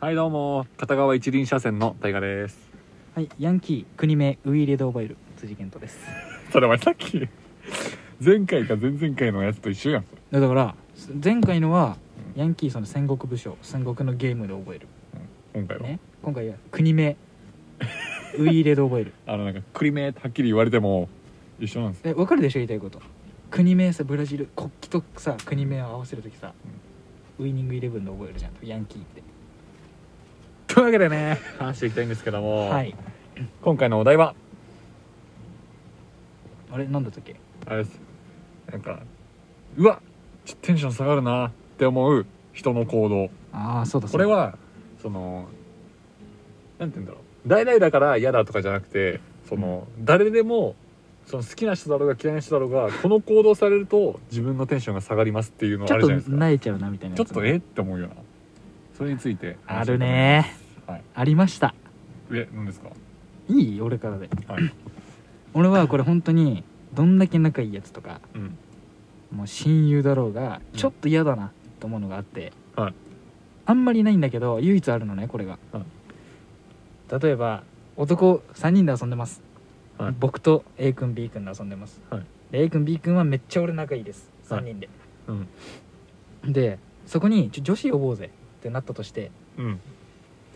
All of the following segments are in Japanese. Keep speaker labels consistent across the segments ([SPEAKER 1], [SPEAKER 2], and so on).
[SPEAKER 1] はいどうも片側一輪車線の大河です
[SPEAKER 2] はい、ヤンキー国名ウイレドーバイル辻健斗です
[SPEAKER 1] それはさっき前回か前々回のやつと一緒やん
[SPEAKER 2] だからす前回のはヤンキーその戦国武将戦国のゲームで覚える、
[SPEAKER 1] 今回は、
[SPEAKER 2] ね、今回は国名ウイレドーバ イル
[SPEAKER 1] あのなんか「クリメ」ってはっきり言われても一緒なんですよ
[SPEAKER 2] え分かるでしょ言いたいこと国名さブラジル国旗とさ国名を合わせるときさ、ウイニングイレブンで覚えるじゃんヤンキーって
[SPEAKER 1] というわけでね話していきたいんですけども、
[SPEAKER 2] はい
[SPEAKER 1] 今回のお題は
[SPEAKER 2] あれなんだったっけ
[SPEAKER 1] あれですなんかうわちょっとテンション下がるなって思う人の行動
[SPEAKER 2] ああそうだそ
[SPEAKER 1] こ
[SPEAKER 2] う
[SPEAKER 1] れ
[SPEAKER 2] だ
[SPEAKER 1] はそのなんて言うんだろう代々だから嫌だとかじゃなくてその、誰でもその好きな人だろうが嫌いな人だろうがこの行動されると自分のテンションが下がりますっていうの
[SPEAKER 2] ち
[SPEAKER 1] あ
[SPEAKER 2] ょっ
[SPEAKER 1] るじ
[SPEAKER 2] と
[SPEAKER 1] ゃないですか
[SPEAKER 2] 萎えちゃうなみたいな
[SPEAKER 1] ちょ
[SPEAKER 2] や
[SPEAKER 1] っ
[SPEAKER 2] つ
[SPEAKER 1] とえって思うようなそれについて
[SPEAKER 2] あるね
[SPEAKER 1] はい
[SPEAKER 2] ありました
[SPEAKER 1] え何ですか
[SPEAKER 2] いい俺からで
[SPEAKER 1] はい、
[SPEAKER 2] 俺はこれ本当にどんだけ仲いいやつとか
[SPEAKER 1] うん、
[SPEAKER 2] もう親友だろうが
[SPEAKER 1] うん
[SPEAKER 2] ちょっと嫌だなと思うのがあって、
[SPEAKER 1] はい
[SPEAKER 2] あんまりないんだけど唯一あるのねこれが、
[SPEAKER 1] は
[SPEAKER 2] 例えば男3人で遊んでます、
[SPEAKER 1] はい
[SPEAKER 2] 僕と A 君 B 君で遊んでます、
[SPEAKER 1] はい
[SPEAKER 2] で A 君 B 君はめっちゃ俺仲いいです
[SPEAKER 1] はい
[SPEAKER 2] 3人で、
[SPEAKER 1] うん
[SPEAKER 2] でそこにちょ女子呼ぼうぜってなったとして
[SPEAKER 1] うん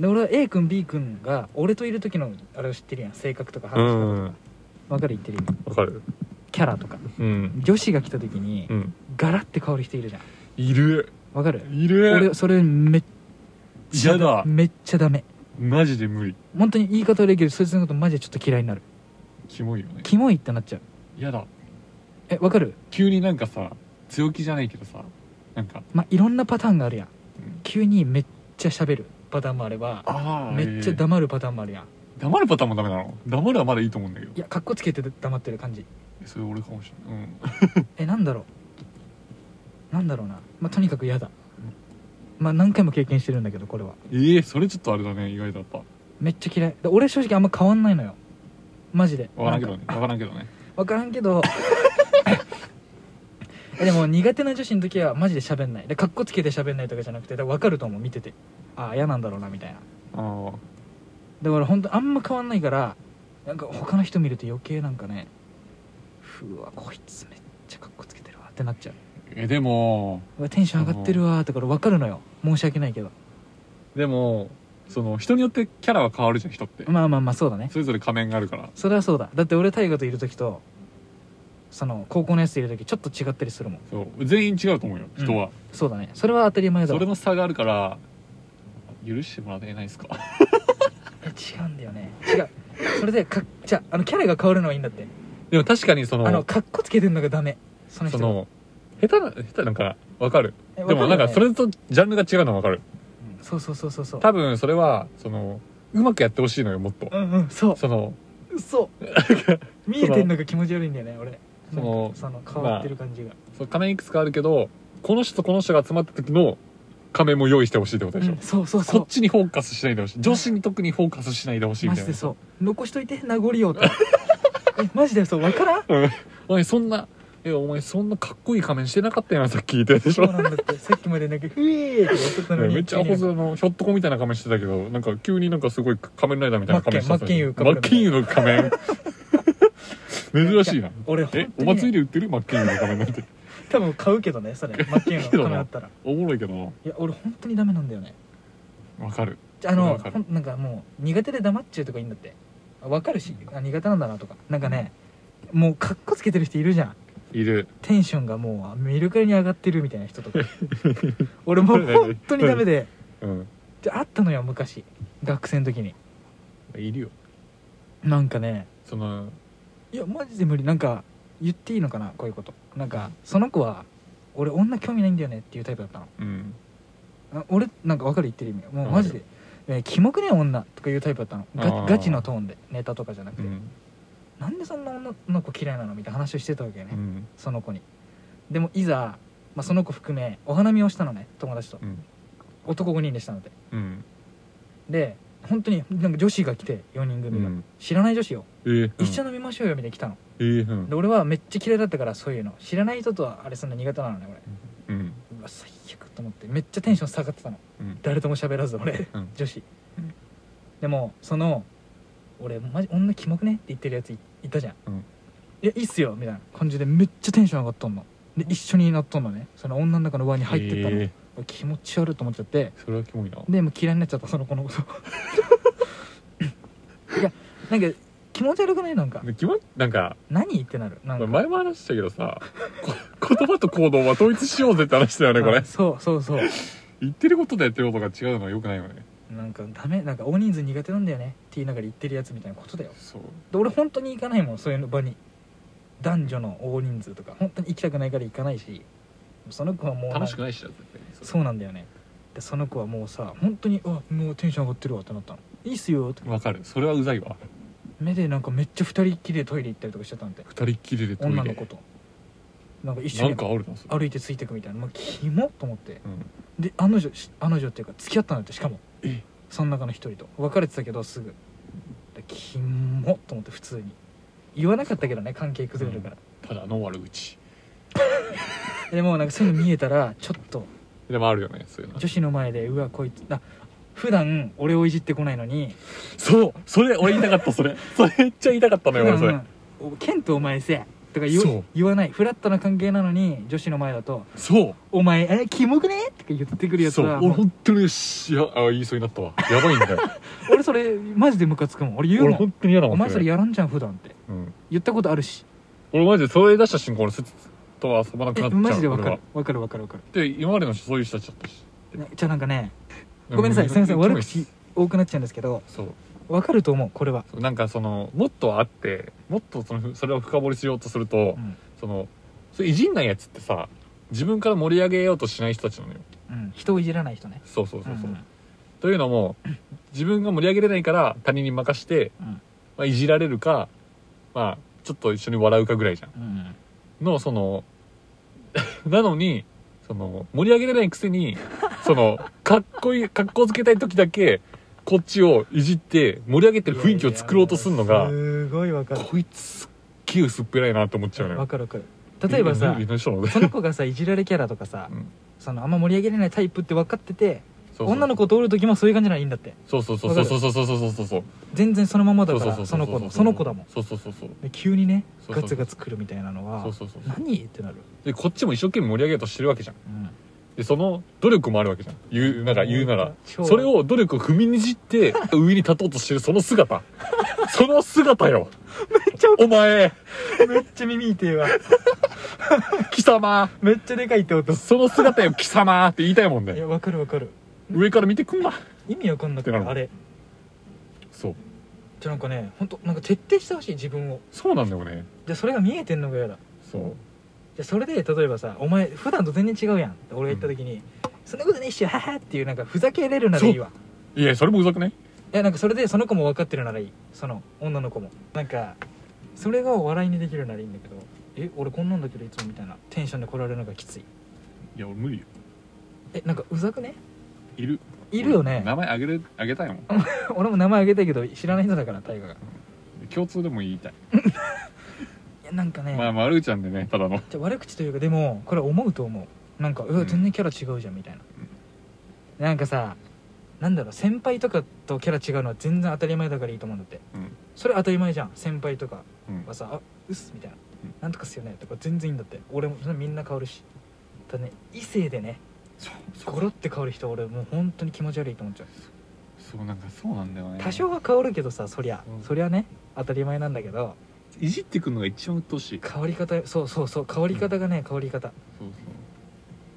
[SPEAKER 2] で俺は A 君 B 君が俺といる時のあれを知ってるやん性格とか話
[SPEAKER 1] う
[SPEAKER 2] し
[SPEAKER 1] んわ
[SPEAKER 2] 分かる言ってる意味
[SPEAKER 1] かる
[SPEAKER 2] キャラとか
[SPEAKER 1] うん
[SPEAKER 2] 女子が来た時に
[SPEAKER 1] うん
[SPEAKER 2] ガラッて変わる人いるじゃん
[SPEAKER 1] いる
[SPEAKER 2] わかる
[SPEAKER 1] いる
[SPEAKER 2] 俺それめっちゃ
[SPEAKER 1] 嫌だ
[SPEAKER 2] めっちゃダメ
[SPEAKER 1] マジで無理
[SPEAKER 2] 本当に言い方悪いけどそいつのことマジでちょっと嫌いになる
[SPEAKER 1] キモいよね
[SPEAKER 2] キモいってなっちゃう
[SPEAKER 1] 嫌だ
[SPEAKER 2] えわかる
[SPEAKER 1] 急になんかさ強気じゃないけどさなんか、
[SPEAKER 2] まあいろんなパターンがあるやん
[SPEAKER 1] うん
[SPEAKER 2] 急にめっちゃ喋るパターンもあれば
[SPEAKER 1] ああ
[SPEAKER 2] めっちゃ黙るパターンもあるやん
[SPEAKER 1] 黙るパターンもダメなの黙るはまだいいと思うんだけど
[SPEAKER 2] いやかっこつけて黙ってる感じ
[SPEAKER 1] それ俺かもしれない、うん、
[SPEAKER 2] えなんだろうなんだろうなまあとにかく嫌だまあ何回も経験してるんだけどこれは
[SPEAKER 1] ええそれちょっとあれだね意外だった
[SPEAKER 2] めっちゃ嫌いで俺正直あんま変わんないのよマジで
[SPEAKER 1] わからんけど
[SPEAKER 2] なん
[SPEAKER 1] ね
[SPEAKER 2] か
[SPEAKER 1] わからんけどね
[SPEAKER 2] 分からんけど えでも苦手な女子の時はマジで喋んないでかっこつけて喋んないとかじゃなくてだから分かると思う見ててああ嫌なんだろうなみたいな
[SPEAKER 1] あ
[SPEAKER 2] だから本当あんま変わんないからなんか他の人見ると余計なんかねうわこいつめっちゃかっこつけてるわってなっちゃう
[SPEAKER 1] えでも
[SPEAKER 2] うわテンション上がってるわとか分かるのよ申し訳ないけど
[SPEAKER 1] でもその人によってキャラは変わるじゃん人って、
[SPEAKER 2] まあまあまあそうだね
[SPEAKER 1] それぞれ仮面があるから
[SPEAKER 2] それはそうだだって俺大河といる時とその高校のやつといる時ちょっと違ったりするもん
[SPEAKER 1] そう全員違うと思うよ人は、
[SPEAKER 2] そうだねそれは当たり前だ
[SPEAKER 1] そ
[SPEAKER 2] わ
[SPEAKER 1] れの差があるから許してもらえないですか
[SPEAKER 2] え違うんだよね違うそれでかじゃああのキャラが変わるのはいいんだって
[SPEAKER 1] でも確かにその
[SPEAKER 2] あのかっこつけてるのがダメその
[SPEAKER 1] そ
[SPEAKER 2] 人が
[SPEAKER 1] の下手な下手なんかわかる
[SPEAKER 2] え
[SPEAKER 1] でもなんか
[SPEAKER 2] わ
[SPEAKER 1] そ
[SPEAKER 2] るよね
[SPEAKER 1] れとジャンルが違うのはわかる
[SPEAKER 2] うんそうそうそうそうそう
[SPEAKER 1] 多分それはそのうまくやってほしいのよもっと
[SPEAKER 2] うんうんそう
[SPEAKER 1] その
[SPEAKER 2] そう 見えてんのが気持ち悪いんだよね俺
[SPEAKER 1] その
[SPEAKER 2] なんかその変わってる感じが、
[SPEAKER 1] そう仮面いくつかあるけどこの人とこの人が集まった時の仮面も用意してほしいってことでしょ、
[SPEAKER 2] うんそうそうそ
[SPEAKER 1] こ
[SPEAKER 2] う
[SPEAKER 1] っちにフォーカスしないでほしい女子に特にフォーカスしないでほしい
[SPEAKER 2] マ
[SPEAKER 1] みた
[SPEAKER 2] ジ
[SPEAKER 1] い
[SPEAKER 2] で
[SPEAKER 1] な
[SPEAKER 2] そう残しと いて名残をってえマジでそうわからん
[SPEAKER 1] お前そんなえお前そんなかっこいい仮面してなかったよなさっき言ってたでし
[SPEAKER 2] そう
[SPEAKER 1] ょ
[SPEAKER 2] なんだってさっきまでなんか「ふえー!」って言ってたのに
[SPEAKER 1] めっちゃアホ面のひょっとこみたいな仮面してたけどなんか急になんかすごい仮面ライダーみたいな仮面してた
[SPEAKER 2] 真っ金
[SPEAKER 1] 真っ金
[SPEAKER 2] 真っ
[SPEAKER 1] の仮面珍しいな
[SPEAKER 2] 俺本
[SPEAKER 1] え
[SPEAKER 2] 当
[SPEAKER 1] お
[SPEAKER 2] にね、
[SPEAKER 1] 祭りで売ってる真っ金の仮面なんて
[SPEAKER 2] 多分買うけどねそれ真 っ黄色の
[SPEAKER 1] けどな
[SPEAKER 2] 仮面あったら
[SPEAKER 1] おもろいけどない
[SPEAKER 2] や俺本当にダメなんだよね
[SPEAKER 1] わかる
[SPEAKER 2] あ
[SPEAKER 1] わ
[SPEAKER 2] の
[SPEAKER 1] かる
[SPEAKER 2] ほんなんかもう苦手で黙っちゃうとかいいんだってわかるしあ苦手なんだなとかなんかねもうかっこつけてる人いるじゃん
[SPEAKER 1] いる
[SPEAKER 2] テンションがもうメルカリに上がってるみたいな人 とか俺もう本当にダメで
[SPEAKER 1] うん
[SPEAKER 2] であったのよ昔学生の時に
[SPEAKER 1] いるよ
[SPEAKER 2] なんかね
[SPEAKER 1] その
[SPEAKER 2] いやマジで無理なんか言っていいのかなこういうことなんかその子は俺女興味ないんだよねっていうタイプだったの
[SPEAKER 1] うん
[SPEAKER 2] あ俺なんか分かる言ってる意味もう
[SPEAKER 1] わか
[SPEAKER 2] マ
[SPEAKER 1] る
[SPEAKER 2] ジで「えーキモくねえ女」とかいうタイプだったの
[SPEAKER 1] あー
[SPEAKER 2] ガガチのトーンでネタとかじゃなく
[SPEAKER 1] う
[SPEAKER 2] て、
[SPEAKER 1] ん
[SPEAKER 2] なんでそんな女の子嫌いなのみたいな話をしてたわけよね、
[SPEAKER 1] うん
[SPEAKER 2] その子にでもいざ、まあ、その子含めお花見をしたのね友達と
[SPEAKER 1] うん
[SPEAKER 2] 男5人でしたので
[SPEAKER 1] うん
[SPEAKER 2] で本当になんか女子が来て4人
[SPEAKER 1] う
[SPEAKER 2] 組が、
[SPEAKER 1] ん
[SPEAKER 2] 知らない女子よ、
[SPEAKER 1] えーうん
[SPEAKER 2] 一緒に飲みましょうよみたいに来たの
[SPEAKER 1] えーうん
[SPEAKER 2] で俺はめっちゃ嫌いだったからそういうの知らない人とはあれそんな苦手なのね俺
[SPEAKER 1] うん
[SPEAKER 2] うわ最やと思ってめっちゃテンション下がってたの
[SPEAKER 1] うん
[SPEAKER 2] 誰とも喋らず俺、
[SPEAKER 1] うん
[SPEAKER 2] 女子、
[SPEAKER 1] うん
[SPEAKER 2] でもその「俺マジ女キモくね?」って言ってるやついいたじゃん「
[SPEAKER 1] うん
[SPEAKER 2] いやいいっすよ」みたいな感じでめっちゃテンション上がっとんので一緒になっとんのねその女の中の輪に入ってったの、
[SPEAKER 1] え
[SPEAKER 2] 俺気持ち悪いと思っちゃって
[SPEAKER 1] ーそれはキモいな
[SPEAKER 2] でもう嫌いになっちゃったその子のこと いやなんか気持ち悪くないなんか
[SPEAKER 1] でキモいなんか
[SPEAKER 2] 何ってなるなんか
[SPEAKER 1] 前も話したけどさこ 言葉と行動は統一しようぜって話したよねこれ
[SPEAKER 2] あそうそうそう
[SPEAKER 1] 言ってることとやってることが違うのはよくないよね
[SPEAKER 2] なんかダメなんか大人数苦手なんだよねって言いながら言ってるやつみたいなことだよ
[SPEAKER 1] そう
[SPEAKER 2] で俺本当に行かないもんそういうの場に男女の大人数とか本当に行きたくないから行かないしその子はもう
[SPEAKER 1] 楽しく
[SPEAKER 2] ない
[SPEAKER 1] ないしな絶対
[SPEAKER 2] そうなんだよねでその子はもうさ本当にあもうテンション上がってるわってなったのいいっすよとか
[SPEAKER 1] わかるそれはうざいわ
[SPEAKER 2] 目でなんかめっちゃ二人っきりでトイレ行ったりとかしてたんで
[SPEAKER 1] 二人っきりでトイレ
[SPEAKER 2] 女の子となんか一緒
[SPEAKER 1] な
[SPEAKER 2] に
[SPEAKER 1] んかあるなそれ
[SPEAKER 2] 歩いてついてくみたいなもうキモっと思って
[SPEAKER 1] うん
[SPEAKER 2] であの女しあの女っていうか付き合ったんだってしかも
[SPEAKER 1] え
[SPEAKER 2] その中の一人と別れてたけどすぐでキモっと思って普通に言わなかったけどね関係崩れるから、
[SPEAKER 1] ただの悪口
[SPEAKER 2] でもなんかそういうの見えたらちょっと
[SPEAKER 1] でもあるよねそういうの
[SPEAKER 2] 女子の前でうわこいつあ普段俺をいじってこないのに
[SPEAKER 1] そうそれ俺言いたかったそれそれめっちゃ言いたかったのよ俺それ
[SPEAKER 2] 「おケントお前せ」とか言
[SPEAKER 1] そう
[SPEAKER 2] う言わないフラットな関係なのに女子の前だと
[SPEAKER 1] そう
[SPEAKER 2] 「お前えキモくね?」とか言ってくるやつ
[SPEAKER 1] そう
[SPEAKER 2] は
[SPEAKER 1] 俺
[SPEAKER 2] もう
[SPEAKER 1] 本当にしやあ言いそうになったわやばいんだよ
[SPEAKER 2] 俺それマジでムカつくもん俺 言う
[SPEAKER 1] 俺
[SPEAKER 2] もん
[SPEAKER 1] 本当に嫌だ
[SPEAKER 2] 「
[SPEAKER 1] もん
[SPEAKER 2] お前それやらんじゃん普段」って
[SPEAKER 1] うん
[SPEAKER 2] 言ったことあるし
[SPEAKER 1] 俺マジでそれ出した瞬間俺せつとは遊ばなくな
[SPEAKER 2] え
[SPEAKER 1] っちゃう
[SPEAKER 2] マジでわか
[SPEAKER 1] 俺は
[SPEAKER 2] るわかるわかるわかる
[SPEAKER 1] で今までの人そういう人たちだったし
[SPEAKER 2] ねじゃあなんかねごめんなさいすいません悪口多くなっちゃうんですけど
[SPEAKER 1] そう
[SPEAKER 2] わかると思うこれは、
[SPEAKER 1] そうなんかそのもっとあってもっとそのふそれを深掘りしようとすると、
[SPEAKER 2] うん
[SPEAKER 1] そのそれいじんないやつってさ自分から盛り上げようとしない人たちなのよ
[SPEAKER 2] うん、人をいじらない人ね
[SPEAKER 1] そうそうそうそう、
[SPEAKER 2] うん
[SPEAKER 1] というのも自分が盛り上げれないから他人に任して、
[SPEAKER 2] うん
[SPEAKER 1] まあ、いじられるかまあちょっと一緒に笑うかぐらいじゃん
[SPEAKER 2] うん
[SPEAKER 1] のその なのにその盛り上げられないくせにそのかっこいいかっこつけたい時だけこっちをいじって盛り上げてる雰囲気を作ろうとするの
[SPEAKER 2] い
[SPEAKER 1] が
[SPEAKER 2] やいやすごいわかる
[SPEAKER 1] こいつすっげえ薄っぺらいなと思っちゃうの
[SPEAKER 2] わ
[SPEAKER 1] よ
[SPEAKER 2] かるわかる例えばさ
[SPEAKER 1] みんな何したの
[SPEAKER 2] その子がさいじられキャラとかさ、
[SPEAKER 1] うん
[SPEAKER 2] そのあんま盛り上げれないタイプって分かってて
[SPEAKER 1] そうそう
[SPEAKER 2] 女の子とおる時もそういう感じならいいんだって
[SPEAKER 1] そうそうそうそうそうそうそうそうそうそう
[SPEAKER 2] 全然そのままだ
[SPEAKER 1] そう
[SPEAKER 2] か
[SPEAKER 1] そう
[SPEAKER 2] ら
[SPEAKER 1] そう
[SPEAKER 2] その子のその子だもん
[SPEAKER 1] そうそうそうそう
[SPEAKER 2] で急にね
[SPEAKER 1] そうそう
[SPEAKER 2] ガツガツ来るみたいなのは
[SPEAKER 1] そうそうそう
[SPEAKER 2] 何ってなる、
[SPEAKER 1] でこっちも一生懸命盛り上げようとしてるわけじゃん
[SPEAKER 2] うん
[SPEAKER 1] でその努力もあるわけじゃん言うなんか言うなら
[SPEAKER 2] 超
[SPEAKER 1] それを努力を踏みにじって上に立とうとしてるその姿 その姿よ
[SPEAKER 2] っちゃ
[SPEAKER 1] お前
[SPEAKER 2] めっちゃ耳痛いわ
[SPEAKER 1] 貴様
[SPEAKER 2] めっちゃでかいって音い
[SPEAKER 1] その姿よ貴様って言いたいもんね
[SPEAKER 2] やわかるわかる
[SPEAKER 1] 上から見てくんな
[SPEAKER 2] 意味わかんなくて
[SPEAKER 1] ってなる
[SPEAKER 2] あれ
[SPEAKER 1] そう
[SPEAKER 2] じゃなんかね本当なんか徹底してほしい自分を
[SPEAKER 1] そうなんだよね
[SPEAKER 2] じゃそれが見えてんのが嫌だ
[SPEAKER 1] そう
[SPEAKER 2] じゃそれで例えばさ「お前普段と全然違うやん」って俺が言った時に「そんなことねえっしょはは」っていうなんかふざけれるならいいわ
[SPEAKER 1] いやそれもうざくね
[SPEAKER 2] いやなんかそれでその子も分かってるならいいその女の子もなんかそれが笑いにできるならいいんだけど「え俺こんなんだけどいつも」みたいなテンションで来られるのがきつい
[SPEAKER 1] いや俺無理よ
[SPEAKER 2] えなんかうざくね
[SPEAKER 1] いる
[SPEAKER 2] いるよね
[SPEAKER 1] 名前あげれあげたいもん
[SPEAKER 2] 俺も名前あげたいけど知らない人だから大我がい
[SPEAKER 1] 共通でも言いたい、
[SPEAKER 2] やなんかね、
[SPEAKER 1] まあ悪口なんでねただの
[SPEAKER 2] じゃあ悪口というかでもこれ思うと思うなんかうわ
[SPEAKER 1] うん
[SPEAKER 2] 全然キャラ違うじゃんみたいな、なんかさなんだろう先輩とかとキャラ違うのは全然当たり前だからいいと思うんだって
[SPEAKER 1] うん
[SPEAKER 2] それ当たり前じゃん先輩とか
[SPEAKER 1] うん
[SPEAKER 2] はさ「あうっす」みたいな
[SPEAKER 1] うん
[SPEAKER 2] 「なんとかっすよね」とか全然いいんだって俺もそれみんな変わるしただね異性でね
[SPEAKER 1] そうそ
[SPEAKER 2] ゴロって変わる人俺もう本当に気持ち悪いと思っちゃう
[SPEAKER 1] そうなんかそうなんだよね
[SPEAKER 2] 多少は変わるけどさそりゃ、
[SPEAKER 1] うん
[SPEAKER 2] そりゃね当たり前なんだけど
[SPEAKER 1] いじってくんのが一番鬱陶しい
[SPEAKER 2] 変わり方そうそうそう変わり方がね変わり方
[SPEAKER 1] そう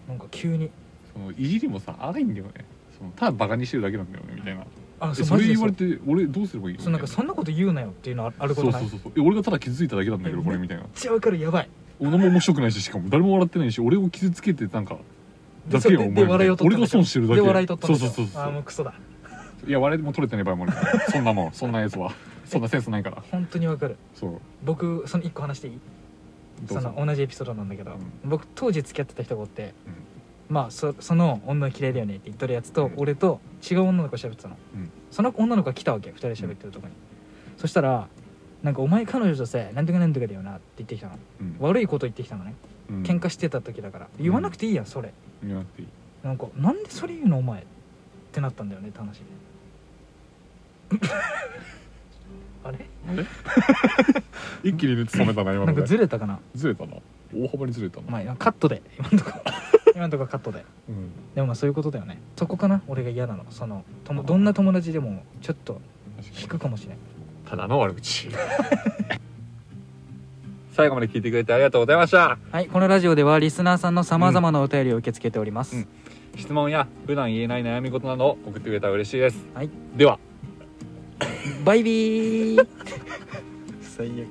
[SPEAKER 2] なんか急に
[SPEAKER 1] そうそのいじりもさ荒いんだよねそのただバカにしてるだけなんだよねみたいな
[SPEAKER 2] あ
[SPEAKER 1] え
[SPEAKER 2] そう
[SPEAKER 1] そ
[SPEAKER 2] マ
[SPEAKER 1] れ
[SPEAKER 2] ジで
[SPEAKER 1] 言
[SPEAKER 2] そ
[SPEAKER 1] わ
[SPEAKER 2] う
[SPEAKER 1] れて俺どうすればいいの
[SPEAKER 2] そうなんか
[SPEAKER 1] みた
[SPEAKER 2] そんなこと言うなよっていうのああるこ
[SPEAKER 1] い
[SPEAKER 2] と
[SPEAKER 1] な
[SPEAKER 2] ない
[SPEAKER 1] そう
[SPEAKER 2] め
[SPEAKER 1] そうそうえ俺がただ傷ついただけなんだけどこれみたいな
[SPEAKER 2] っちゃわかるやばい
[SPEAKER 1] 俺も面白くないししかも誰も笑ってないし俺を傷つけてなんか
[SPEAKER 2] で
[SPEAKER 1] だけよ
[SPEAKER 2] そ
[SPEAKER 1] お
[SPEAKER 2] れで
[SPEAKER 1] 前
[SPEAKER 2] で笑いを取
[SPEAKER 1] 俺
[SPEAKER 2] ったん
[SPEAKER 1] が損
[SPEAKER 2] でしょ
[SPEAKER 1] してるだけ
[SPEAKER 2] で笑い取った
[SPEAKER 1] そ
[SPEAKER 2] ん
[SPEAKER 1] う
[SPEAKER 2] でし
[SPEAKER 1] そ
[SPEAKER 2] ょ
[SPEAKER 1] うそう
[SPEAKER 2] あ
[SPEAKER 1] そ
[SPEAKER 2] ーもうクソだ
[SPEAKER 1] ういや笑いも取れてない場合もあるからそんなもんそんなやつはそんなセンスないから
[SPEAKER 2] 本当にわかる
[SPEAKER 1] そう
[SPEAKER 2] 僕その1個話していい
[SPEAKER 1] ど
[SPEAKER 2] そう
[SPEAKER 1] ぞ
[SPEAKER 2] の同じエピソードなんだけど、僕当時付き合ってた人がおって、
[SPEAKER 1] うん
[SPEAKER 2] まあそその女嫌いだよねって言ってるやつと、
[SPEAKER 1] うん
[SPEAKER 2] 俺と違う女の子喋ってたの、
[SPEAKER 1] うん
[SPEAKER 2] その女の子が来たわけ2人で喋ってるとこに、そしたらなんかお前彼女とさなんとかなんとかだよなって言ってきたの
[SPEAKER 1] うん
[SPEAKER 2] 悪いこと言ってきたのね
[SPEAKER 1] うん
[SPEAKER 2] 喧嘩してた時だから言わなくていいやんそれ
[SPEAKER 1] 言わなくていい
[SPEAKER 2] なんか「なんでそれ言うのお前」ってなったんだよねっ て話であれ
[SPEAKER 1] あれ 一気に熱冷めたな今
[SPEAKER 2] な
[SPEAKER 1] の
[SPEAKER 2] んか
[SPEAKER 1] で
[SPEAKER 2] ずれたかな、
[SPEAKER 1] ずれたな大幅にずれたな、
[SPEAKER 2] まあ、カットで今ん とこ今んとこカットで
[SPEAKER 1] うん、
[SPEAKER 2] でもまあそういうことだよねそこかな俺が嫌なのそのとも
[SPEAKER 1] あー
[SPEAKER 2] どんな友達でもちょっと
[SPEAKER 1] 確かに
[SPEAKER 2] 引くかもしれない
[SPEAKER 1] ただの悪口 最後まで聞いてくれてありがとうございました
[SPEAKER 2] はいこのラジオではリスナーさんのさまざまなお便りを受け付けております、
[SPEAKER 1] うん質問や普段言えない悩み事などを送ってくれたら嬉しいです、
[SPEAKER 2] はい、
[SPEAKER 1] では
[SPEAKER 2] バイビー最悪